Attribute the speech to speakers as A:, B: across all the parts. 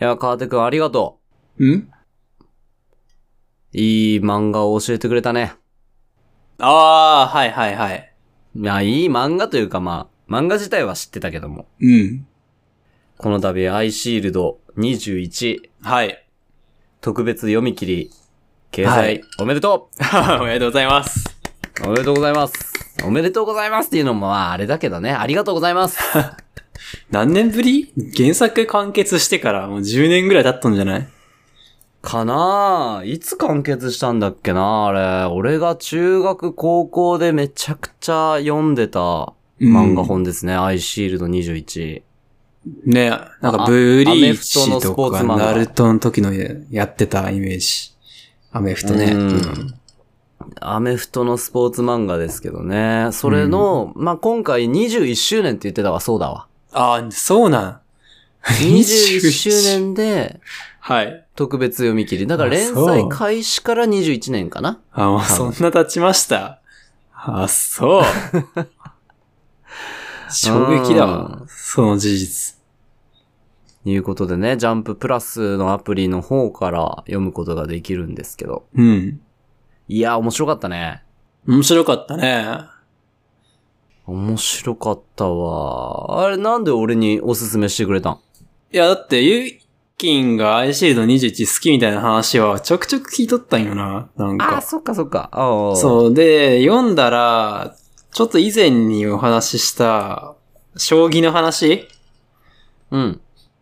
A: いや、川手くんありがと
B: ん
A: う。いい漫画を教えてくれたね。
C: ああ、はいはいはい。
A: いや、いい漫画というかまあ、漫画自体は知ってたけども。
B: うん。
A: この度、アイシールド21、
C: はい。
A: 特別読み切り、掲載、
C: はい
A: おめでと
C: おめでとうございます。
A: うおめでとうございます。おめでとうございますっていうのもまあ、あれだけどね。ありがとうございます。
C: 何年ぶり原作完結してからもう10年ぐらい経ったんじゃない
A: かなあいつ完結したんだっけなあれ。俺が中学、高校でめちゃくちゃ読んでた漫画本ですね。アイシールド21。
C: ねなんかブリー
A: アメ
C: チ
A: フトのス
C: と
A: ポーツ
C: か
A: 漫画
C: ナルトの時のやってたイメージ。アメフトね。
A: うん
C: うん
A: アメフトのスポーツ漫画ですけどね。それの、まあ、今回21周年って言ってたわ、そうだわ。
C: ああ、そうなん。
A: 21周。年で
C: はい。
A: 特別読み切り。だから
C: あ
A: 連
C: そう
A: 載開始から21年かな。
C: あ、もうそんな経ちました。あ、 そう。衝撃だわ
A: う。
C: その事実。
A: いうことでね、ジャンププラスのアプリの方から読むことができるんですけど。
C: うん。
A: いや、面白かったね。
C: 面白かったね。
A: 面白かったわ。あれなんで俺におすすめしてくれたん
C: いや、だって、ゆいきんがアイシールド21好きみたいな話はちょくちょく聞いとったんよな。なん
A: あ、
C: か。
A: そっかそっか。ああ。う。
C: そう。で、読んだら、ちょっと以前にお話しした、将棋の話
A: うん。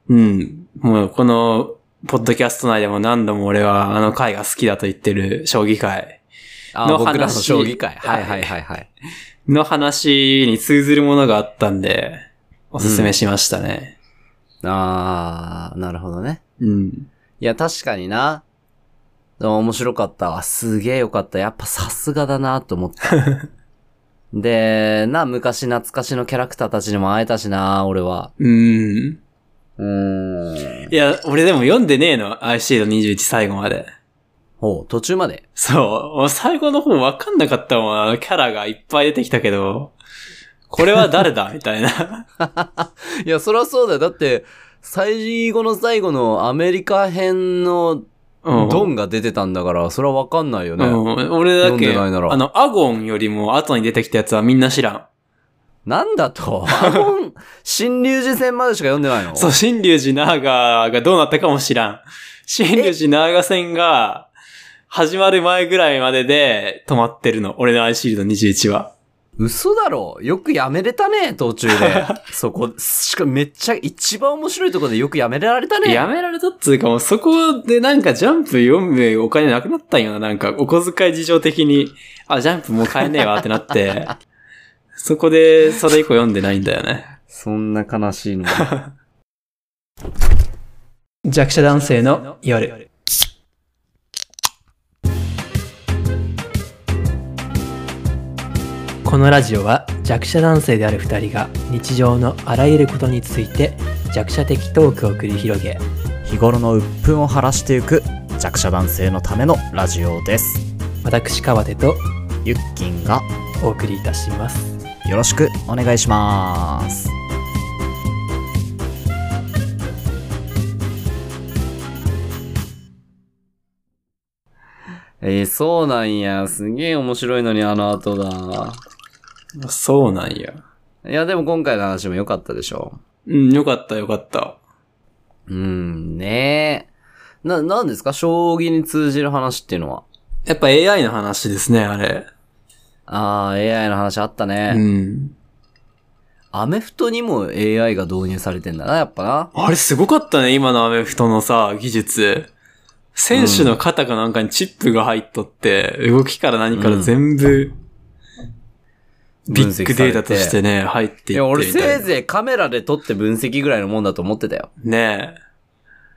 C: うん。もう、この、ポッドキャスト内でも何度も俺はあの回が好きだと言ってる将棋会
A: あ
C: の
A: 僕らの
C: 話
A: 将棋会。は
C: はいい
A: はいはいはい。
C: の話に通ずるものがあったんで、おすすめしましたね。
A: ああ、なるほどね。
C: うん。
A: いや、確かにな。でも面白かったわ。すげえよかった。やっぱさすがだなと思った。 で、な、昔懐かしのキャラクターたちにも会えたしな、俺は。
C: うん。
A: うーん。
C: いや、俺でも読んでねえの、アイシールド21最後まで。
A: ほう、途中まで。
C: そう。もう最後の方分かんなかったもん。あのキャラがいっぱい出てきたけど、これは 誰だみたいな。
A: いや、そりゃそうだよ。だって、最後の最後のアメリカ編の
C: うん
A: ドンが出てたんだから、それはわかんないよ
C: う
A: ね。
C: ん、俺だ
A: 読ん
C: け、
A: でないなら
C: あの、アゴンよりも後に出てきたやつはみんな知らん。
A: なんだと あの新竜寺戦までしか読んでないの
C: そう、新竜寺ナーガーがどうなったかも知らん。新竜寺ナーガ戦が始まる前ぐらいまでで止まってるの。俺のアイシールド21は。
A: 嘘だろよくやめれたね、途中で。 そこ、しかもめっちゃ一番面白いところでよくやめられたね。
C: やめられたっつうかもうそこでなんかジャンプ読むお金なくなったんよな。なんかお小遣い事情的に、あ、ジャンプもう買えねえわってなって、 そこでそれ以降読んでないんだよね。
A: そんな悲しいの。
C: 弱者男性の夜。
D: このラジオは弱者男性である2人が日常のあらゆることについて弱者的トークを繰り広げ
E: 日頃の鬱憤を晴らしていく弱者男性のためのラジオです
D: 私川手と
E: ゆっきんが
D: お送りいたします
E: よろしくお願いします
A: えーそうなんや。すげえ面白いのに、あの後が。
C: そうなんや。
A: いや、でも今回の話も良かったでしょ。
C: うん、よかったよかった。
A: うん、ねえ。な、なんですか将棋に通じる話っていうのは。
C: やっぱ AI の話ですね、あれ。
A: あー、AI の話あったね。
C: うん。
A: アメフトにも AI が導入されてんだな、やっぱな。
C: あれすごかったね、今のアメフトのさ、技術。選手の肩かなんかにチップが入っとって、動きから何から全部、ビ
A: 分析され
C: ッグデータとしてね、入って
A: い
C: い
A: や、俺
C: みた
A: せいぜいカメラで撮って分析ぐらいのもんだと思ってたよ。
C: ねえ。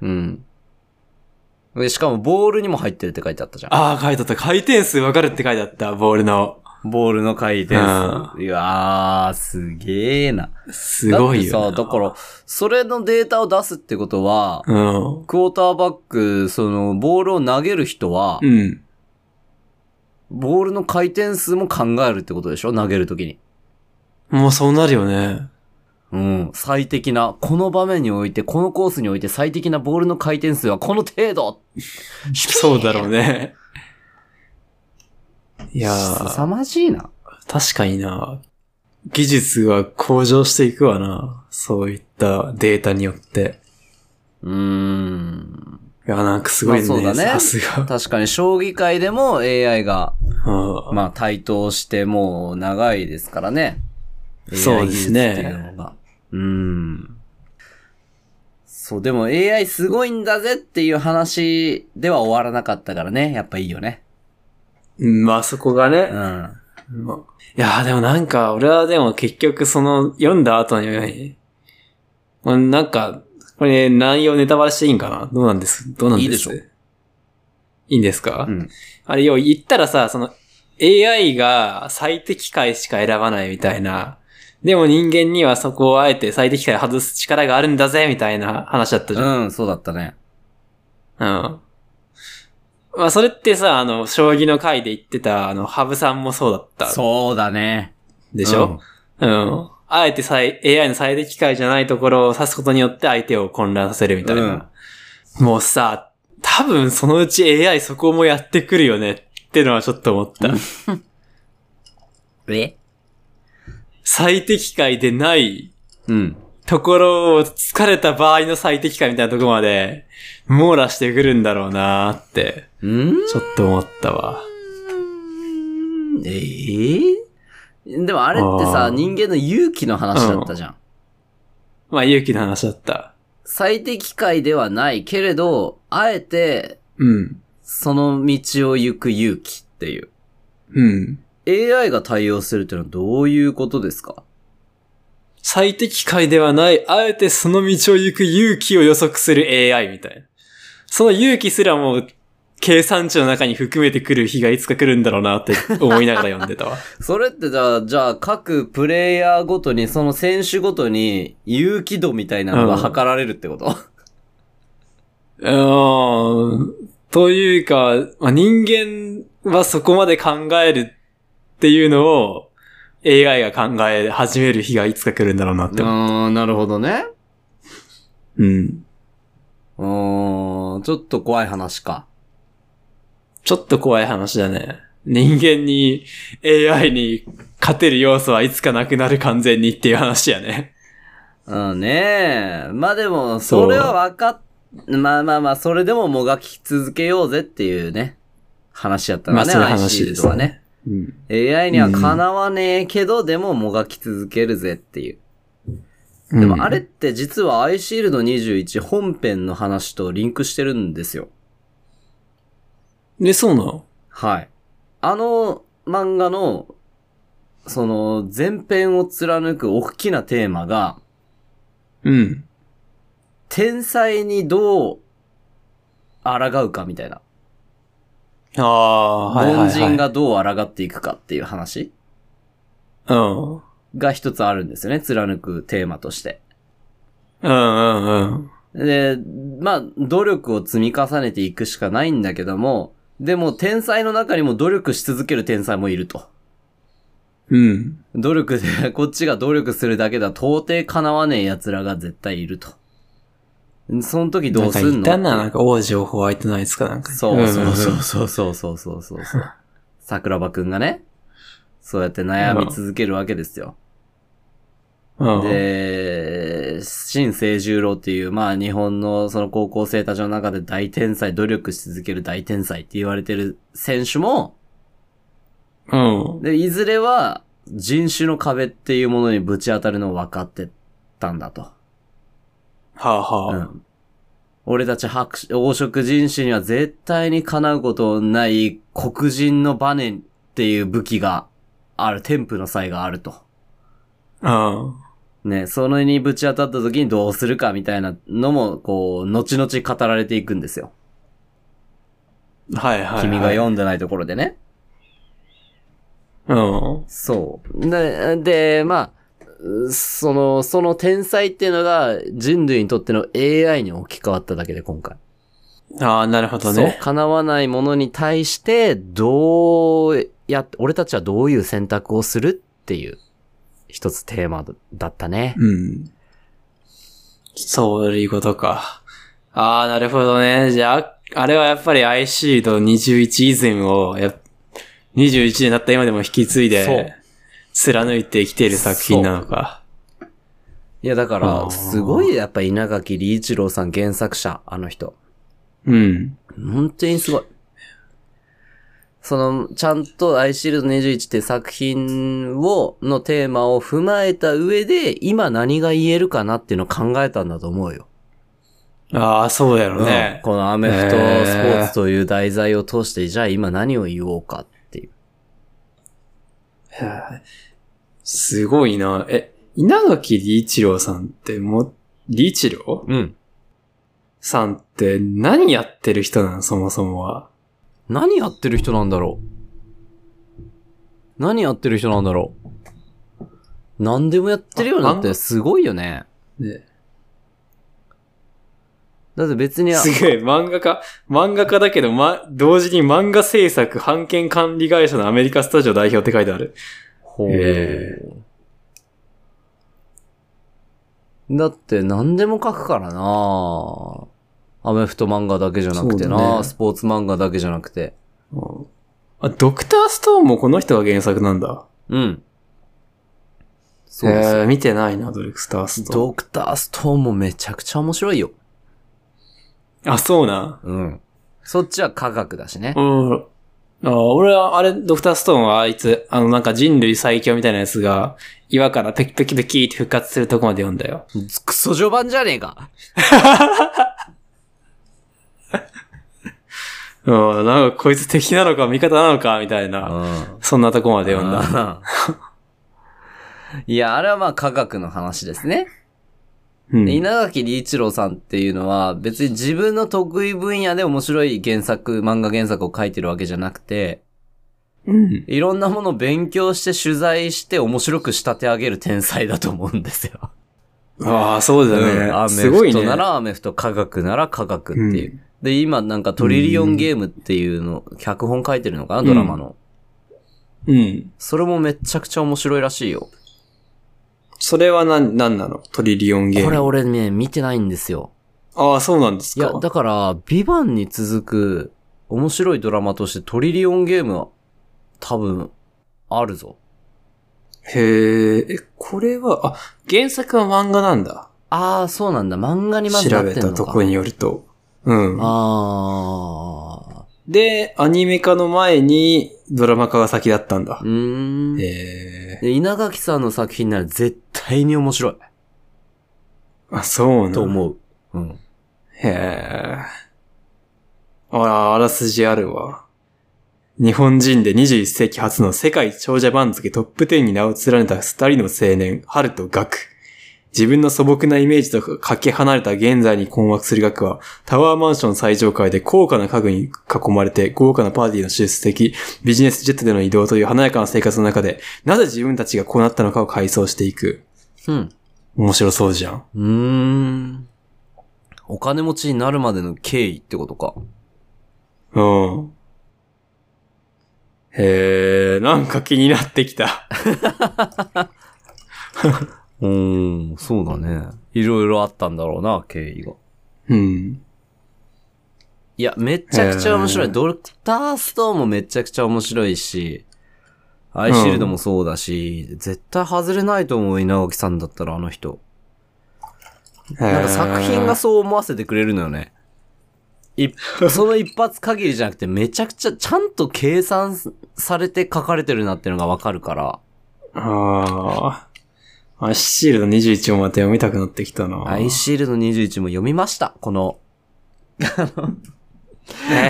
A: うん。でしかもボールにも入ってるって書いてあったじゃん。
C: ああ、書いてあった。回転数わかるって書いてあった、ボールの。
A: ボールの回転
C: う
A: 数。いやー、すげーな。
C: すごいよな。
A: だってさ、だから、それのデータを出すってことは、
C: うん。
A: クォーターバック、その、ボールを投げる人は、
C: うん。
A: ボールの回転数も考えるってことでしょ投げるときに。
C: もうそうなるよね。
A: うん、最適な、この場面において、このコースにおいて最適なボールの回転数はこの程度
C: そうだろうね。い
A: い
C: やー、
A: 凄まじいな。
C: 確かにな。技術は向上していくわな。そういったデータによって。
A: うーん。
C: いや、なんかすごいね。
A: まあそうだね
C: さすが。
A: 確かに将棋界でも AI が、
C: うん
A: まあ台頭してもう長いですからね。
C: そうですね
A: AI 技術っていうのが。うん。そう、でも AI すごいんだぜっていう話では終わらなかったからね。やっぱいいよね。
C: うんまあそこがね
A: う。ん。
C: まあいやーでもなんか、俺はでも結局その、読んだ後に、まあなんか、これ内容ネタバレしていいんかなどうなんですどうなんです
A: いいでしょ
C: いいんですか、
A: うん。
C: あれ、よ、言ったらさ、その、AI が最適解しか選ばないみたいな。でも人間にはそこをあえて最適解を外す力があるんだぜ、みたいな話だったじゃん。
A: うん、そうだったね。
C: うん。まあ、それってさ、あの、将棋の回で言ってた、あの、ハブさんもそうだった。
A: そうだね。
C: でしょ、うん、あえて最、AI の最適解じゃないところを指すことによって相手を混乱させるみたいな。もうさ、多分そのうち AI そこもやってくるよねってのはちょっと思った。
A: うん。え
C: 最適解でない
A: うん。
C: ところを疲れた場合の最適解みたいなところまで網羅してくるんだろうなーって、
A: うん
C: ちょっと思ったわ。
A: ええでもあれって
C: あ
A: さ、
C: ー
A: 人間の勇気の話だったじゃん。
C: まあ勇気の話だった。
A: 最適解ではないけれど、あえて、
C: うん。
A: その道を行く勇気っていう。
C: うん。
A: AI が対応するっていうのはどういうことですか
C: 最適解ではない、あえてその道を行く勇気を予測する AI みたいな。その勇気すらもう計算値の中に含めてくる日がいつか来るんだろうなって思いながら読んでたわ。
A: それってじゃあ、じゃあ各プレイヤーごとに、その選手ごとに、勇気度みたいなのが測られるってこと、
C: うーん。というか、まあ、人間はそこまで考えるっていうのを AI が考え始める日がいつか来るんだろうなって思う。
A: ーん、なるほどね。
C: うん。
A: うーん、ちょっと怖い話か。
C: ちょっと怖い話だね。人間に AI に勝てる要素はいつかなくなる完全にっていう話やね。
A: うんねえ。まあでも、
C: そう
A: それは分かっ、まあまあまあ、それでももがき続けようぜっていうね、話やった
C: ま
A: ら
C: あ
A: ね、
C: そういう
A: アイシー
C: 話で
A: ル
C: す
A: ドはね。。
C: うん。
A: AI にはかなわねえけど、でももがき続けるぜっていう。
C: で
A: でもあれって実はアイシールド21本編の話とリンクしてるんですよ。
C: え、そうなの
A: はい。あの漫画の、その、前編を貫く大きなテーマが、
C: うん。
A: 天才にどう、抗うかみたいな。
C: ああ、はいはい、は
A: 凡
C: い。
A: 人がどう抗っていくかっていう話
C: うん。うん
A: が一つあるんですよね。貫くテーマとして。
C: うんうん。
A: で、まあ、努力を積み重ねていくしかないんだけども、でも天才の中にも努力し続ける天才もいると。
C: うん。
A: 努力で、こっちが努力するだけでは到底叶わねえ奴らが絶対いると。その時どうすんの
C: なんかいたな、なんか王子をホワイトナイツかなんか。
A: そうそうそ
C: ん
A: うそうそうそうそうそうそう。桜庭くんがね、そうやって悩み続けるわけですよ。
C: うん。うん、
A: で、新清十郎っていう、まあ日本のその高校生たちの中で大天才、努力し続ける大天才って言われてる選手も、
C: うん。
A: で、いずれは人種の壁っていうものにぶち当たるのを分かってたんだと。
C: はあはあ。
A: うん俺たち白紙黄色人種には絶対に叶うことのない黒人のバネっていう武器がある、天賦の才があると。
C: うん。
A: ね、そのにぶち当たった時にどうするかみたいなのも、こう、後々語られていくんですよ。
C: はいはい、はい。
A: 君が読んでないところでね。
C: うん。
A: そう。で、でまあ、うその、その天才っていうのが人類にとっての AI に置き換わっただけで今回。
C: ああ、なるほどね
A: そう。叶わないものに対して、どうやって、俺たちはどういう選択をするっていう一つテーマだったね。
C: うん。そういうことか。ああ、なるほどね。じゃあ、あれはやっぱり IC と21イズムをやっ、21になった今でも引き継い
A: そう
C: で、貫いてきている作品なのか。
A: いや、だか
C: あ
A: ら、
C: ー
A: すごい、やっぱ稲垣理一郎さん原作者、あの人。
C: うん。
A: 本当にすごい。その、ちゃんとアイシールド21って作品を、のテーマを踏まえた上で、今何が言えるかなっていうのを考えたんだと思うよ。
C: ああ、そうやろ
A: うん
C: ね。
A: このアメフトスポ
C: へー
A: ーツという題材を通して、じゃあ今何を言おうかっていう。
C: すごいな。え、稲垣理一郎さんっても、理一郎
A: うん。
C: さんって何やってる人なのそもそもは。
A: 何やってる人なんだろう何やってる人なんだろう何でもやってるようになってすごいよね。
C: ね
A: だって別に、
C: すげえ、漫画家、漫画家だけど、ま、同時に漫画制作、版権管理会社のアメリカスタジオ代表って書いてある。
A: ほう
C: え
A: だって何でも書くからなアメフト漫画だけじゃなくて
C: そう
A: な、
C: だね
A: スポーツ漫画だけじゃなくて。
C: あ、ドクターストーンもこの人が原作なんだ。
A: うん。そうですよ
C: えー、見てないな、ドクタースト
A: ドクターストーンもめちゃくちゃ面白いよ。
C: ーン。あ、そうな。
A: うん。そっちは科学だしね。
C: うん。あ俺は、あれ、ドクターストーンはあいつ、あの、なんか人類最強みたいなやつが、岩からペキペキペキって復活するとこまで読んだよ。
A: クソ序盤じゃねえか。
C: うん、なんかこいつ敵なのか味方なのかみたいな、
A: ん。
C: そんなとこまで読んだ。
A: うん いや、あれはまあ科学の話ですね。
C: うん
A: で稲垣理一郎さんっていうのは別に自分の得意分野で面白い原作、漫画原作を書いてるわけじゃなくて、
C: うん。
A: いろんなものを勉強して取材して面白く仕立て上げる天才だと思うんですよ。
C: ああ、そうだね。
A: アメ
C: すご
A: フ
C: い
A: ト
C: ね。
A: ならアメフト、科学なら科学っていう。
C: うん
A: で、今なんかトリリオンゲームっていうの、脚本書いてるのかな、ドラマの。
C: うん。
A: それもめちゃくちゃ面白いらしいよ。
C: それはなん、なんなのトリリオンゲーム。
A: これ俺ね、見てないんですよ。
C: ああ、そうなんです
A: い
C: か。
A: や、だから、ビバンに続く面白いドラマとしてトリリオンゲームは多分あるぞ。
C: へえ、え、これは、あ、原作は漫画なんだ。
A: ああ、そうなんだ。漫画にまずな
C: 調
A: ってん
C: べ
A: のか。
C: たとこによると。うん。
A: ああ。
C: で、アニメ化の前にドラマ化が先だったんだ
A: う。ーん。
C: へ
A: で
C: え。
A: 稲垣さんの作品なら絶対に面白い。
C: あ、そうなん
A: と思う。うん。
C: へえ。あら、あらすじあるわ。日本人で21世紀初の世界長者番付トップ10に名を連ねた二人の青年、春とガク。自分の素朴なイメージとかけ離れた現在に困惑するガクは、タワーマンション最上階で高価な家具に囲まれて、豪華なパーティーの出席、ビジネスジェットでの移動という華やかな生活の中で、なぜ自分たちがこうなったのかを回想していく。
A: うん。
C: 面白そうじゃん。
A: うーん。お金持ちになるまでの経緯ってことか。
C: うん。へえ、なんか気になってきた。
A: うーん、そうだね。いろいろあったんだろうな、経緯が。
C: うん。
A: いや、めちゃくちゃ面白
C: へ
A: い。
C: ー
A: ドクターストーンもめちゃくちゃ面白いし、アイシールドもそうだし、絶対外れないと思う、稲垣さんだったら、あの人。なんか作品がそう思わせてくれるのよね。いその一発限りじゃなくて、めちゃくちゃ、ちゃんと計算されて書かれてるなっていうのがわかるから、
C: ああ。アイシールド21もまた読みたくなってきたな。
A: アイシールド21も読みました、この、 あの、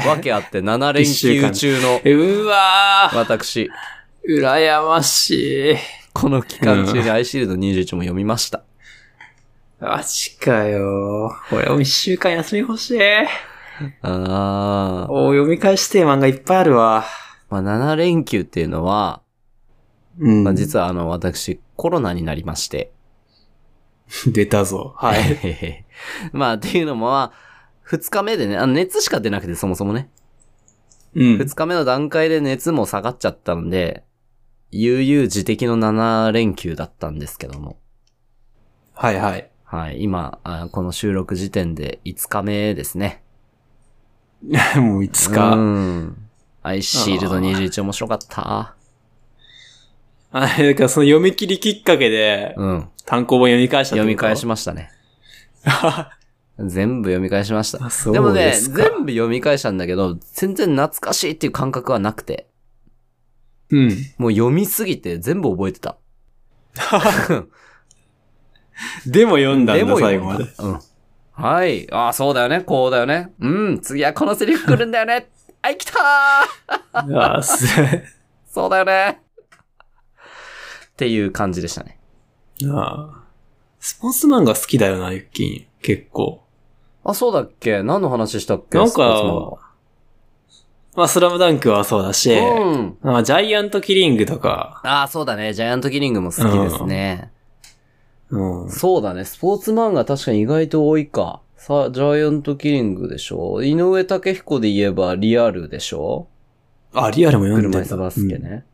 A: わけあって7連休中の
C: うわー
A: 私。
C: 羨ましい。
A: この期間中にアイシールド21も読みました。
C: マジかよ。俺も一週間休み欲しい。
A: あー。
C: お読み返して漫画いっぱいあるわ。
A: まあ、7連休っていうのは、
C: うん。
A: まあ、実はあの、私、コロナになりまして。
C: 出たぞ。はい。
A: い。 まあ、っていうのも、まあ、2日目でね、あの熱しか出なくて、そもそもね。
C: うん。
A: 2日目の段階で熱も下がっちゃったんで、悠々自適の7連休だったんですけども。
C: はいはい。
A: はい、今、あこの収録時点で5日目ですね。
C: もう5日。
A: うん。アイシールド21面白かった。
C: あ、だからその読み切りきっかけで、
A: うん。
C: 単行本読み返したって
A: 読
C: こと
A: み返しましたね。
C: あ
A: 全部読み返しました。
C: そう
A: でもね、
C: です
A: 全
C: か。
A: 部読み返したんだけど、全然懐かしいっていう感覚はなくて、
C: うん。
A: もう読みすぎて全部覚えて た。
C: でも読んだん
A: で
C: だ、
A: も
C: 最
A: 読
C: 後
A: ん
C: ま
A: だ
C: で。
A: うん。はい。ああ、そうだよね。こうだよね。うん。次はこのセリフ来るんだよね。 はい、来たー
C: あ、す、
A: そうだよね。っていう感じでしたね。
C: あスポーツ漫画好きだよな、ゆっきん。結構。
A: あ、そうだっけ何の話したっけ
C: なん
A: スポーツ漫
C: か、まあ、スラムダンクはそうだし、
A: 画うん。
C: まあ、ジャイアントキリングとか、
A: ああ、そうだね。ジャイアントキリングも好きですね。
C: うん。
A: そうだね。スポーツ漫画確かに意外と多いか。さあ、ジャイアントキリングでしょ井上武彦で言えばリアルでしょ
C: あ、リアルも読んで
A: 車
C: た。
A: 椅子バスケね。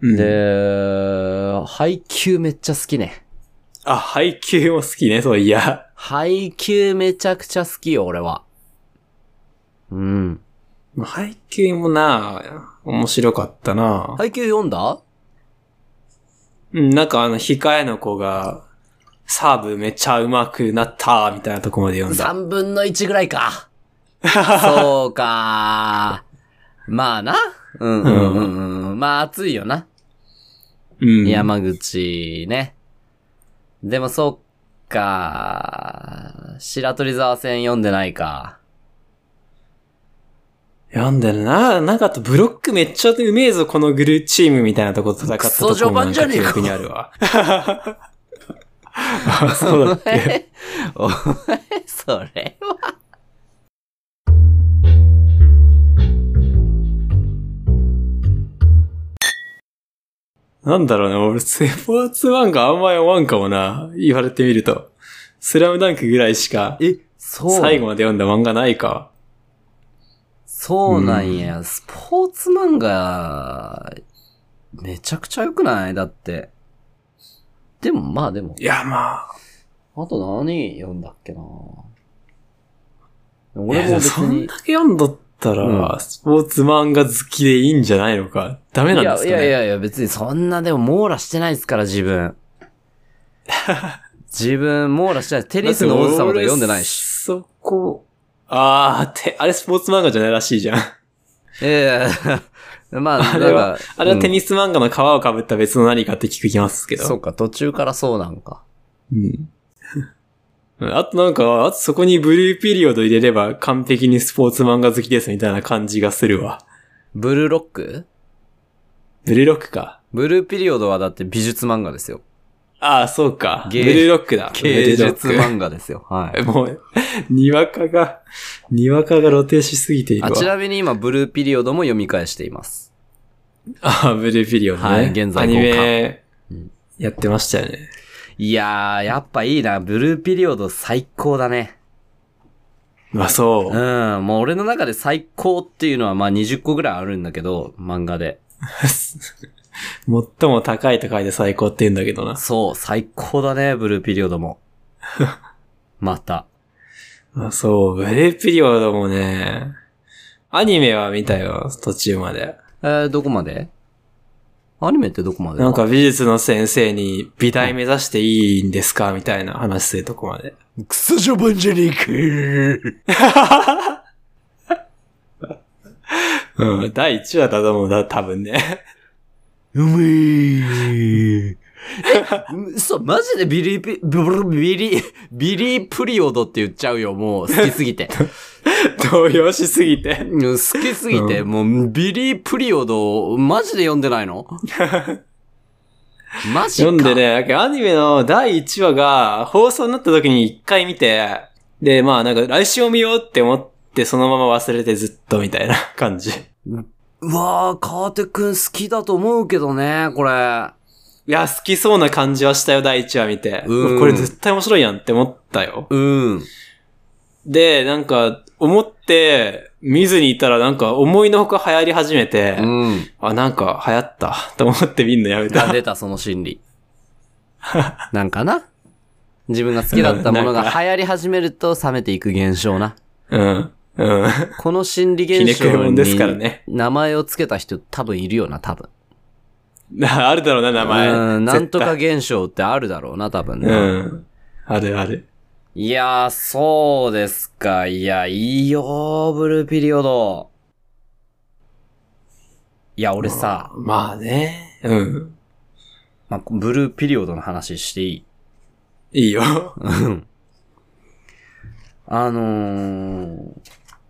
C: うん。うん
A: で、配球めっちゃ好きね。
C: あ、配給も好きね、そういや。
A: 配球めちゃくちゃ好きよ、俺は。うん。
C: まあ配給もな、面白かったな。
A: 配球読んだ
C: うん、なんかあの、控えの子が、サーブめっちゃ上手くなった、みたいなとこまで読んだ。
A: ?3 分の1ぐらい か。そうか。まあな。うんうんうんうん。まあ熱いよな。
C: うん。
A: 山口ね。でもそっか。白鳥沢戦読んでないか。
C: 読んでるな。なんかあと、ブロックめっちゃうめえぞ、このグルーチームみたいなとこと戦ったとこ
A: クソ序盤じゃねえか
C: なん記憶にあるわ。あそう だっけ。
A: お前、それは。
C: なんだろうね、俺、スポーツ漫画あんま読まんかもな。言われてみると。スラムダンクぐらいしか、
A: え、そう。
C: 最後まで読んだ漫画ないか。
A: そうなんや。スポーツ漫画、めちゃくちゃ良くないだって。でも、まあでも
C: い。や、まあ。
A: あと何読んだっけな俺も別
C: そん
A: に
C: だ。け読んどったら、
A: う
C: スポーツ漫画好きでいいんじゃないのか。ダメなん
A: い
C: です
A: や、
C: か
A: い
C: ね。
A: やいやいや、別にそんなでも網羅してないですから、自 分。自分、網羅してない。テニスの王子様とか読んでないし。
C: だって俺そこ、ああ、て、あれスポーツ漫画じゃないらしいじゃん。
A: ええ まあ、な
C: あれ
A: ん
C: は
A: か、、
C: あれはテ
A: ス、
C: ニス漫画の皮をかぶった別の何かって聞きますけど。
A: そうか、途中からそうなんか。
C: うん。 あとなんか、あとそこにブルーピリオド入れれば完璧にスポーツ漫画好きですみたいな感じがするわ。
A: ブルーロック
C: ブルーロックか。
A: ブルーピリオドはだって美術漫画ですよ。
C: ああ、そうか。ブ
A: 芸
C: ルーロックだ。
A: 芸術
C: ブルーロッ
A: 漫画ですよ。は
C: ク。もう、にわかが、にわかが露呈しすぎてい
A: い。
C: るわ。
A: あちなみに今、ブルーピリオドも読み返しています。
C: あ あ、ブルーピリオドね。
A: はい現在
C: アニメ
A: うん、
C: やってましたよね。
A: いやー、やっぱいいな。ブルーピリオド最高だね。
C: まあ そう。
A: うん、もう俺の中で最高っていうのはまあ20個ぐらいあるんだけど、漫画で。
C: 最も高い高いで最高って言うんだけどな。
A: そう、最高だね、ブルーピリオド も。また。
C: まあそう、ブルーピリオドもね、アニメは見たよ、途中まで。
A: えー、どこまでアニメってどこまでだ
C: なんか美術の先生に美大目指していいんですかみたいな話するとこまで。
A: クソ序盤じゃねえか
C: うん、第1話だと思うだ、多分ね。
A: うめえ。え、そう、マジでビリーピ、ブルビリ、ビリープリオドって言っちゃうよ、もう好きす ぎて。
C: 動揺しすぎて。
A: うん好きすぎて、
C: う
A: もうビリープリオド、マジで読んでない のマジか。
C: 読んでね、なんかアニメの第1話が放送になった時に一回見て、で、まあなんか来週を見ようって思ってそのまま忘れてずっとみたいな感じ。
A: うわー、川手くん好きだと思うけどね、これ。
C: いや、好きそうな感じはしたよ、第1話見て。
A: うん
C: これ絶対面白いやんって思ったよ。
A: うん。
C: で、なんか、思って、見ずにいたらなんか思いのほか流行り始めて、
A: うん。
C: あ、なんか流行った と思って見んのやめた。
A: あ出た、その心 理。なんかな自分が好きだったものが
C: うんなん
A: 流行り始めると冷めていく現象な。
C: うん。うん。
A: この心理
C: ひね
A: 現
C: くれ
A: 象
C: もん
A: に
C: ですからね。
A: 名前をつけた人多分いるよな、多分。
C: あるだろうな、名前。
A: うん、
C: 絶
A: な
C: 対
A: んとか現象ってあるだろうな、多分ね。
C: うん。あるある。
A: いやー、そうですか。いや、いいよー、ブルーピリオド。いや、俺さ、
C: まあね。うん。
A: まあ、ブルーピリオドの話していい
C: いいよ。
A: うんあのー、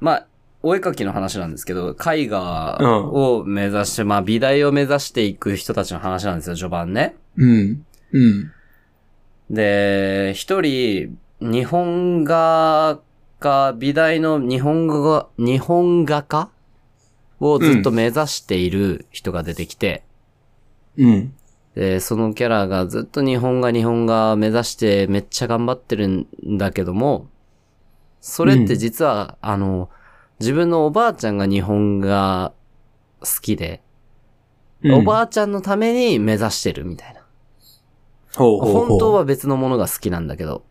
A: まあ、お絵描きの話なんですけど、絵画を目指して、まあ、美大を目指していく人たちの話なんですよ、序盤ね。
C: うん。うん。
A: で、一人、日本画家、美大の日本語が、日本画家をずっと目指している人が出てきて、
C: うん。
A: で、そのキャラがずっと日本画日本画目指してめっちゃ頑張ってるんだけども、それって実は、あの、自分のおばあちゃんが日本画好きで、おば
C: あ、
A: あちゃんのために目指してるみたいな。
C: ほうほうほう
A: 本当は別のものが好きなんだけど、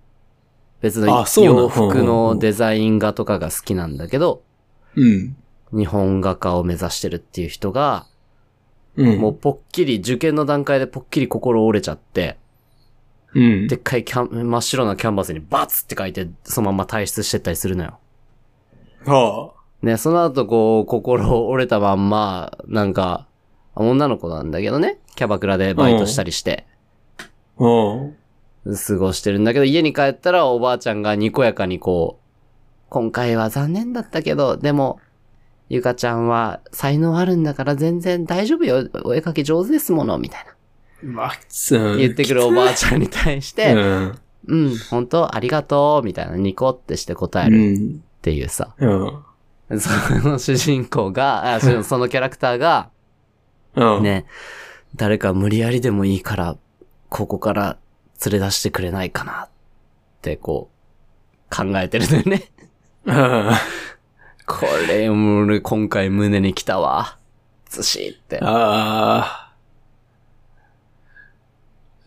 A: 別の
C: あそうなの
A: 洋服
C: うんうんう
A: の
C: ん
A: デザイン画とかが好きなんだけど、
C: うん。
A: 日本画家を目指してるっていう人が、
C: うん。
A: もうぽっきり、受験の段階でぽっきり心折れちゃって、
C: うん。
A: でっかいキャン、真っ白なキャンバスにバツって書いて、そのまま退出してったりするのよ。
C: はあ。
A: ね、その後こう、心折れたまんま、なんか、女の子なんだけどね、キャバクラでバイトしたりして、
C: うん。
A: 過ごしてるんだけど、家に帰ったらおばあちゃんがにこやかにこう、今回は残念だったけど、でも、ゆかちゃんは才能あるんだから全然大丈夫よ、お絵描き上手ですもの、みたい
C: まあ、うん
A: な。言ってくるおばあちゃんに対して、
C: うん。
A: うん、本当ありがとう、みたいな、ニコってして答え
C: う
A: る
C: ん。
A: っていうさ。
C: うん。
A: その主人公 が、あそそのキャラクターが、
C: うん。
A: ね、誰か無理やりでもいいから、ここから連れ出してくれないかなってこう、考えてるんだよね。
C: うん。
A: これ、もう俺今回胸に来たわ。ずしって。
C: あ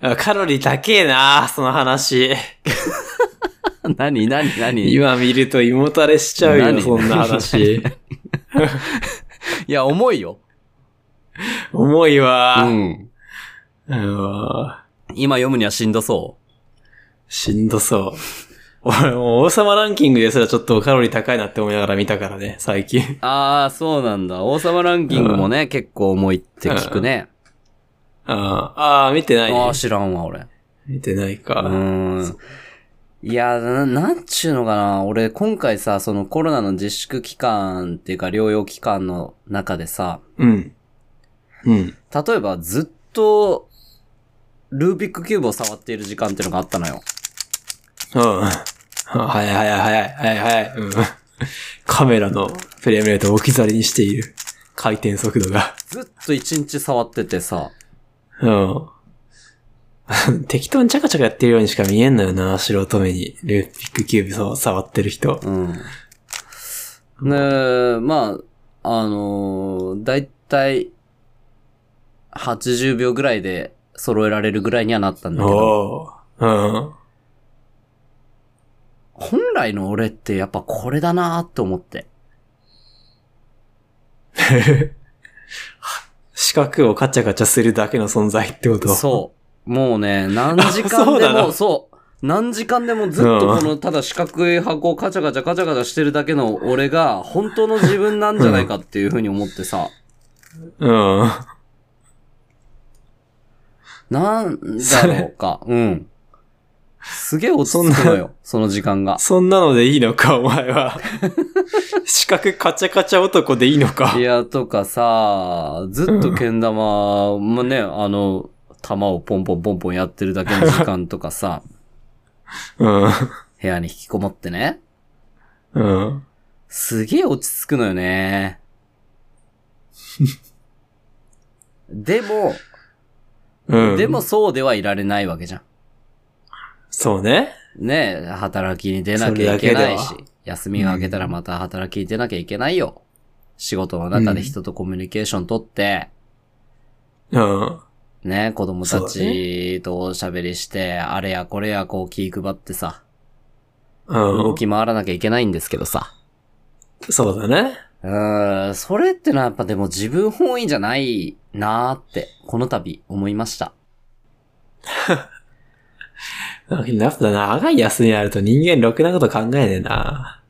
C: ーあ。カロリー高えな、その話。
A: 何何何い
C: 今見ると胃もたれしちゃうよ、
A: 何
C: そんな話。
A: や、重いよ。
C: 重いうわ。
A: ん。
C: うん。
A: 今読むにはしんどそ
C: しんどそう。俺もう王様ランキングですらちょっとカロリー高いなって思いながら見たからね、最近。
A: う。ああ、そうなんだ。王様ランキングもね、結構重いって聞くね。
C: ああー、見てないね
A: ああ、知らんわ、俺。
C: 見てないうか。
A: ーん。いや、な、なんちゅうのかな。俺、今回さ、そのコロナの自粛期間っていうか、療養期間の中でさ、
C: うん。うん。
A: 例えばずっと、ルービックキューブを触っている時間っていうのがあったのよ。
C: うん。 早い早い早い早い早い。うん。カメラのフレームレートを置き去りにしている。回転速度が。
A: ずっと一日触っててさ、
C: うん。 適当にチャカチャカやってるようにしか見えんのよな、素人目に。ルーピックキューブそう触ってる人。
A: うん。ねまあ、あのー、だいたい、80秒ぐらいで揃えられるぐらいにはなったんだけど。
C: おー。うん。
A: 本来の俺ってやっぱこれだなーって思って。
C: 四角をカチャカチャするだけの存在ってこと
A: そう。もうね、何時間
C: そう
A: で
C: だ
A: も、
C: な
A: そう。何時間でもずっと
C: うん
A: この、ただ四角い箱をカチャカチャカチャカチャしてるだけの俺が、本当の自分なんじゃないかっていうふうに思ってさ。
C: う。うん。
A: なんだろう か。うん。すげえ落ち着くのよ。その時間が。
C: そんなのでいいのか、お前 は。四角カチャカチャ男でいいのか
A: い。や、とかさ、ずっとけん玉、まあね、あの、玉をポンポンポンポンやってるだけの時間とかさ、
C: うん。
A: 部屋に引きこもってね。
C: うん。
A: すげえ落ち着くのよね。 でも、
C: うん。
A: でも、そうではいられないわけじゃん。
C: そうね。
A: ねえ働きに出なきゃいけないし
C: それだけ。
A: 休みが明けたらまた働きに出なきゃいけないよ。仕事の中で人とコミュニケーション取って、
C: うん。
A: ね、子供た
C: そうだ
A: ちとおしゃべりして、あれやこれやこう気配ってさ、
C: う
A: 動
C: ん。
A: き回らなきゃいけないんですけどさ。
C: そうだね。
A: うーん、それってのはやっぱでも自分本位じゃないなーって、この度思いました。
C: なんかやっぱ長い休みあると人間ろくなこと考えねえな。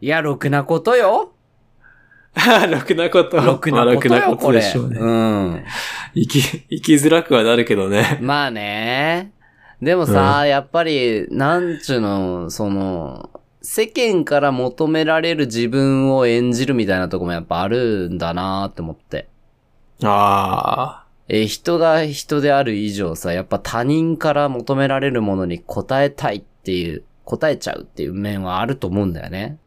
A: いや、ろくなことよ
C: ろくなこと。
A: ろくな
C: まあろ
A: ことよ、これ。
C: でしょうね。
A: うん。
C: 生き、生きづらくはなるけどね。
A: まあね。でもさ、やっぱり、なんちゅうの、その、世間から求められる自分を演じるみたいなとこもやっぱあるんだなーって思って。
C: あ
A: えー、人が人である以上さ、やっぱ他人から求められるものに応えたいっていう、応えちゃうっていう面はあると思うんだよね。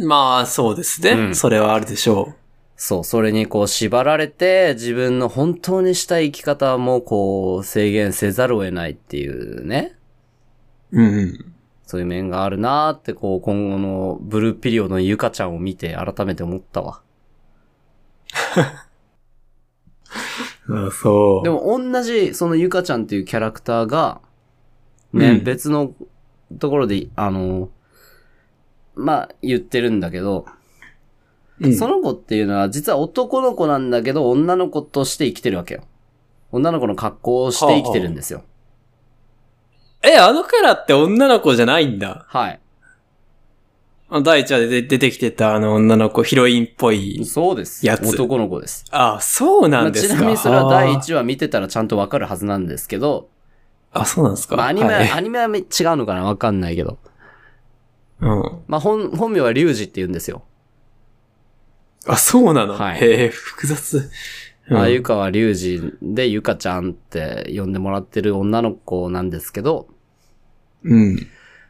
C: あ。まあ、そうですね、
A: うん
C: それはあるでしょ
A: そう、それにこう縛られて、自分の本当にしたい生き方もこう制限せざるを得ないっていうね。
C: う。うん。
A: そういう面があるなーって、こう、今後のブルーピリオのゆかちゃんを見て改めて思ったわ。
C: あそう。
A: で
C: も、
A: も同じ、そのゆかちゃんっていうキャラクターが、ね、
C: うん
A: 別のところで、あの、まあ、言ってるんだけど、その子っていうのは実は男の子なんだけど、女の子として生きてるわけよ。女の子の格好をして生きてるんですよ。
C: え、あのキャラって女の子じゃないんだ。
A: はい。
C: あ第一話で出出てきてたあの女の子、ヒロインっぽい。
A: そうです。
C: やつ
A: 男の子です。
C: あそうなんですか。
A: まあちなみにそれは第
C: あー
A: 1話見てたらちゃんとわかるはずなんですけど、
C: あ、そうなんですか。
A: まあ、アニメは、
C: はい
A: アニメは違うのかなわかんないけど。
C: うん。
A: まあ、本、本名はリュウジって言うんですよ。
C: あ、そうなの、
A: はい
C: へえ、複雑。うん
A: まあ、ゆかはリュウジで、ゆかちゃんって呼んでもらってる女の子なんですけど、
C: うん。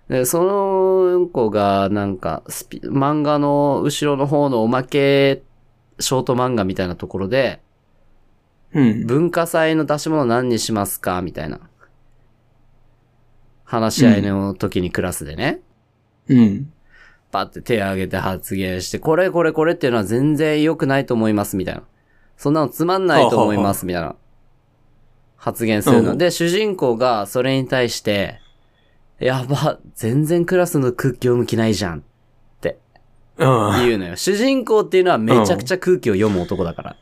A: でその子が、なんか、スピ、漫画の後ろの方のおまけ、ショート漫画みたいなところで、
C: うん。
A: 文化祭の出し物何にしますかみたいな。話し合いの時にクラスでね。
C: うん。
A: パって手挙げて発言して、これこれこれっていうのは全然良くないと思います、みたいな。そんなのつまんないと思います、みたいな。発言する
C: う
A: の。
C: ん
A: で、主人公がそれに対して、やば、全然クラスの空気読む気ないじゃん。
C: うん。あ
A: 言うのよ。主人公っていうのはめちゃくちゃ空気を読む男だから。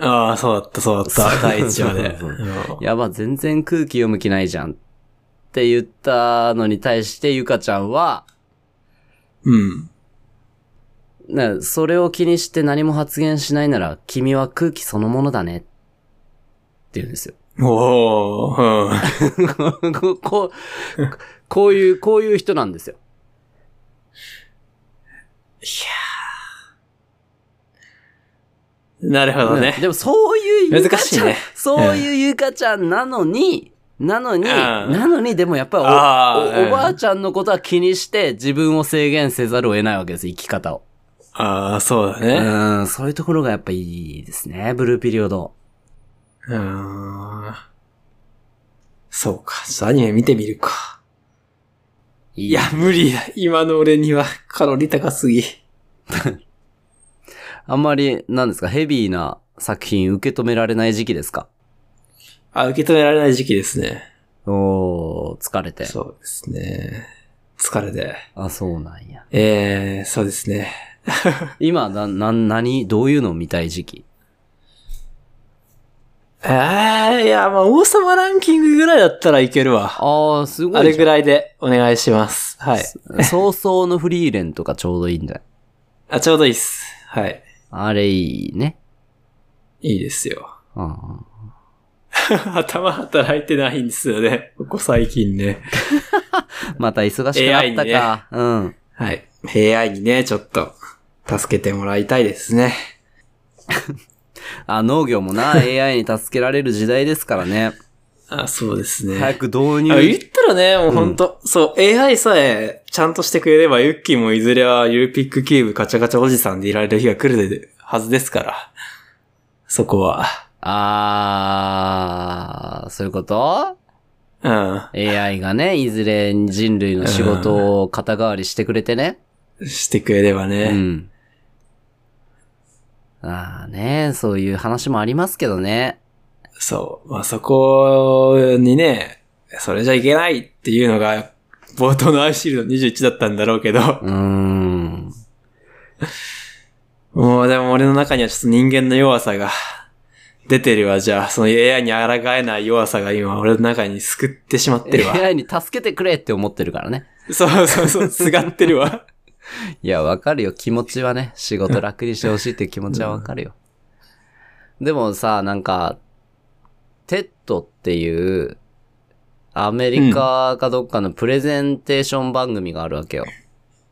C: あー、そうだった、そうだった。第一話で。
A: そうそう
C: うん
A: やば、全然空気読む気ないじゃん。って言ったのに対して、ゆかちゃんは、
C: うん。
A: なそれを気にして何も発言しないなら、君は空気そのものだね。って言うんですよ。
C: おー、うん。
A: こう、こう、こういう、こういう人なんですよ。
C: なるほどね。
A: でもそういうゆか
C: 難し
A: ち
C: い
A: ゃん、
C: ね
A: そういうゆかちゃんなのに、なのに、
C: うん
A: なのにでもやっぱりお
C: あー
A: おおばあ
C: うん
A: ちゃんのことは気にして自分を制限せざるを得ないわけです、生き方を。
C: ああ、そうだね。
A: うん、そういうところがやっぱいいですね、ブルーピリオド。
C: うーんそうか。ちょっとアニメ見てみるか。
A: い
C: いや、無理だ。今の俺にはカロリー高すぎ。
A: あんまり、なんですか、ヘビーな作品受け止められない時期ですか
C: あ、受け止められない時期ですね。
A: おー、疲れて。
C: そうですね。疲れて。
A: あ、そうなんや。
C: えー、そうですね。
A: 今、な、な、何、どういうのを見たい時期
C: えー、いや、まあ、王様ランキングぐらいだったらいけるわ。
A: ああ、すごい。
C: あれぐらいでお願いします。はい。
A: 早々のフリーレンとかちょうどいいんだよ。
C: あ、ちょうどいいっす。はい。
A: あれいいね。
C: いいですよ。
A: うん。
C: 頭働いてないんですよね。ここ最近ね。
A: また忙しくなったか。うん。
C: はい。AI にね、ちょっと、助けてもらいたいですね。
A: あ、農業もな、AI に助けられる時代ですからね。
C: あ、そうですね。
A: 早く導
C: あ言っ
A: 入。
C: たらね、もうほんと、そう、AI さえちゃんとしてくれれば、ユッキーもいずれはユーピックキューブガチャガチャおじさんでいられる日が来るはずですから。そこは。
A: あー、そういうこと
C: うん。
A: ?AI がね、いずれ人類の仕事を肩代わりしてくれてね。
C: してくれれば
A: う
C: ね。
A: ん。ああね、そういう話もありますけどね。
C: そう。まあ、そこにね、それじゃいけないっていうのが、冒頭のアイシールド21だったんだろうけど、
A: うーん。
C: もうでも俺の中にはちょっと人間の弱さが出てるわ、じゃあ。その AI に抗えない弱さが今俺の中に救ってしまってるわ。
A: AI に助けてくれって思ってるからね。
C: そうそうそう、すがって るわ。
A: いや、わかるよ。気持ちはね、仕事楽にしてほしいっていう気持ちはわかるよ。 でもさ、なんか、テッドっていう、アメリカかどっかのプレゼンテーション番組があるわけよ。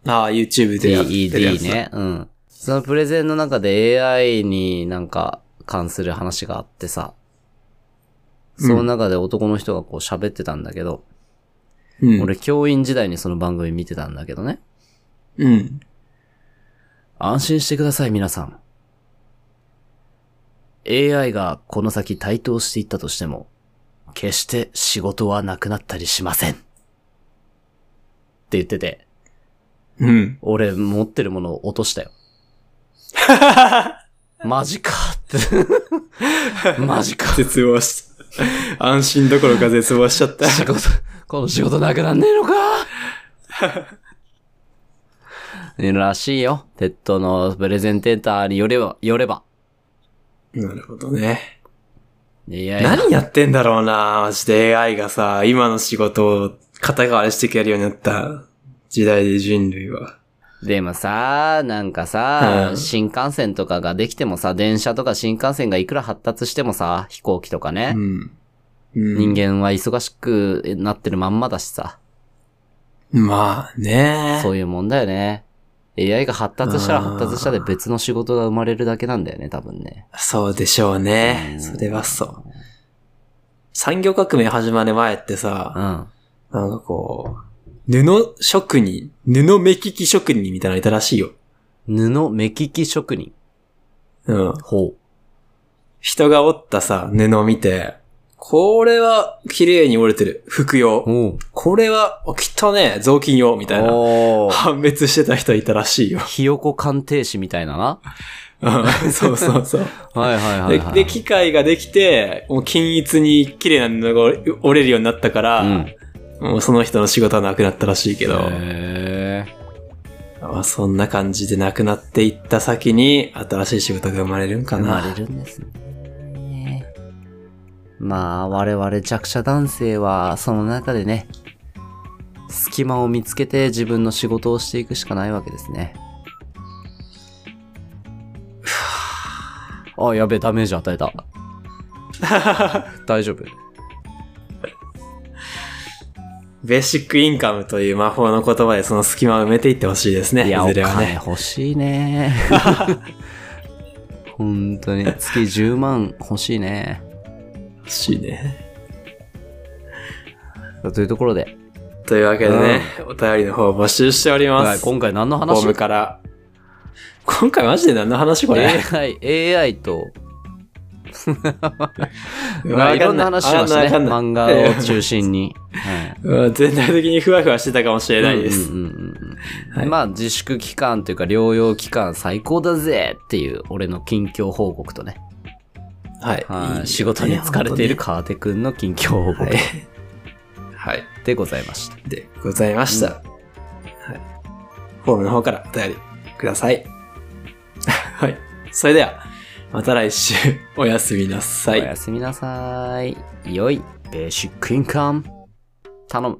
C: ああ、YouTube でやってるやつ
A: TED
C: だ。
A: ね。うん。そのプレゼンの中で AI になんか関する話があってさ、その中で男の人がこう喋ってたんだけど、
C: うん。
A: 俺教員時代にその番組見てたんだけどね。
C: うん。
A: 安心してください、皆さん。AI がこの先台頭していったとしても、決して仕事はなくなったりしません。って言ってて、
C: うん。
A: 俺持ってるものを落とした よ。マジかって。マジか。
C: 絶望した。安心どころか絶望しち ゃった。
A: 仕事、この仕事なくなんねえのかいうらしいよ。テッドのプレゼンテーターによれば、よれば。
C: なるほどね。
A: いやいや。
C: 何やってんだろうなマジで AI がさ、今の仕事を肩代わりしてくれるようになった時代で人類は。
A: でもさ、なんかさ、
C: うん
A: 新幹線とかができてもさ、電車とか新幹線がいくら発達してもさ、飛行機とかね
C: う、ん。うん
A: 人間は忙しくなってるまんまだしさ、
C: まあね
A: そういうもんだよね。AI が発達したら
C: うん
A: 発達したで別の仕事が生まれるだけなんだよね、多分ね。
C: そうでしょうね
A: う。ん
C: それはそう。産業革命始まる前って
A: う
C: さ、
A: ん。
C: なんかこう、布職人、布目利き職人みたいなのいたらしいよ。
A: 布目利き職人。
C: うん。
A: ほ
C: 人が折ったさ、布を見て、これは綺麗に折れてる。服用。
A: う。おう。
C: これは、あきっとね、雑巾用みたいな。
A: おー
C: 判別してた人いたらしい よ。
A: ひよこ鑑定士みたいなな。
C: うんそうそうそう。
A: はいはいはい、はい。
C: でで、機械ができて、もう均一に綺麗な布が折折れるようになったから、
A: うん。
C: もうその人の仕事はなくなったらしいけど、
A: へー
C: まあ、そんな感じでなくなっていった先に、新しい仕事が生まれるんか
A: 生ま
C: な。
A: れるんですね。まあ、我々弱者男性は、その中でね、隙間を見つけて自分の仕事をしていくしかないわけですね。 あ、やべえ、ダメージ与え た。大丈夫。
C: ベーシックインカムという魔法の言葉でその隙間を埋めていってほしいですね。
A: いや、
C: ず
A: お
C: れは
A: 金
C: ね。
A: 欲しい ね。本当に、月10万欲しいね。
C: 欲しいね。
A: というところで、
C: というわけでね、お便りの方を募集しておりま
A: はい
C: す。
A: 今回何の
C: フォ
A: 話
C: ームから。今回マジで何の話これ
A: AI、AI と、
C: わ
A: まあ
C: かんない
A: いろんな話しましたね。
C: あんなわかん
A: 漫画
C: ない
A: を中心に。はい
C: うん全体的にふわふわしてたかもしれ ないです。
A: うんうんうんうん
C: はい
A: まあ、自粛期間というか、療養期間最高だぜっていう、俺の近況報告とね。
C: はい
A: はい仕事に疲れている。川手くんの近況報告
C: はいはい。
A: でございました。
C: で、ございました。はい。フォームの方からお便りください。 はい。それでは、また来週、おやすみなさい
A: お。やすみなさい。良い、ベーシックインカム。頼む。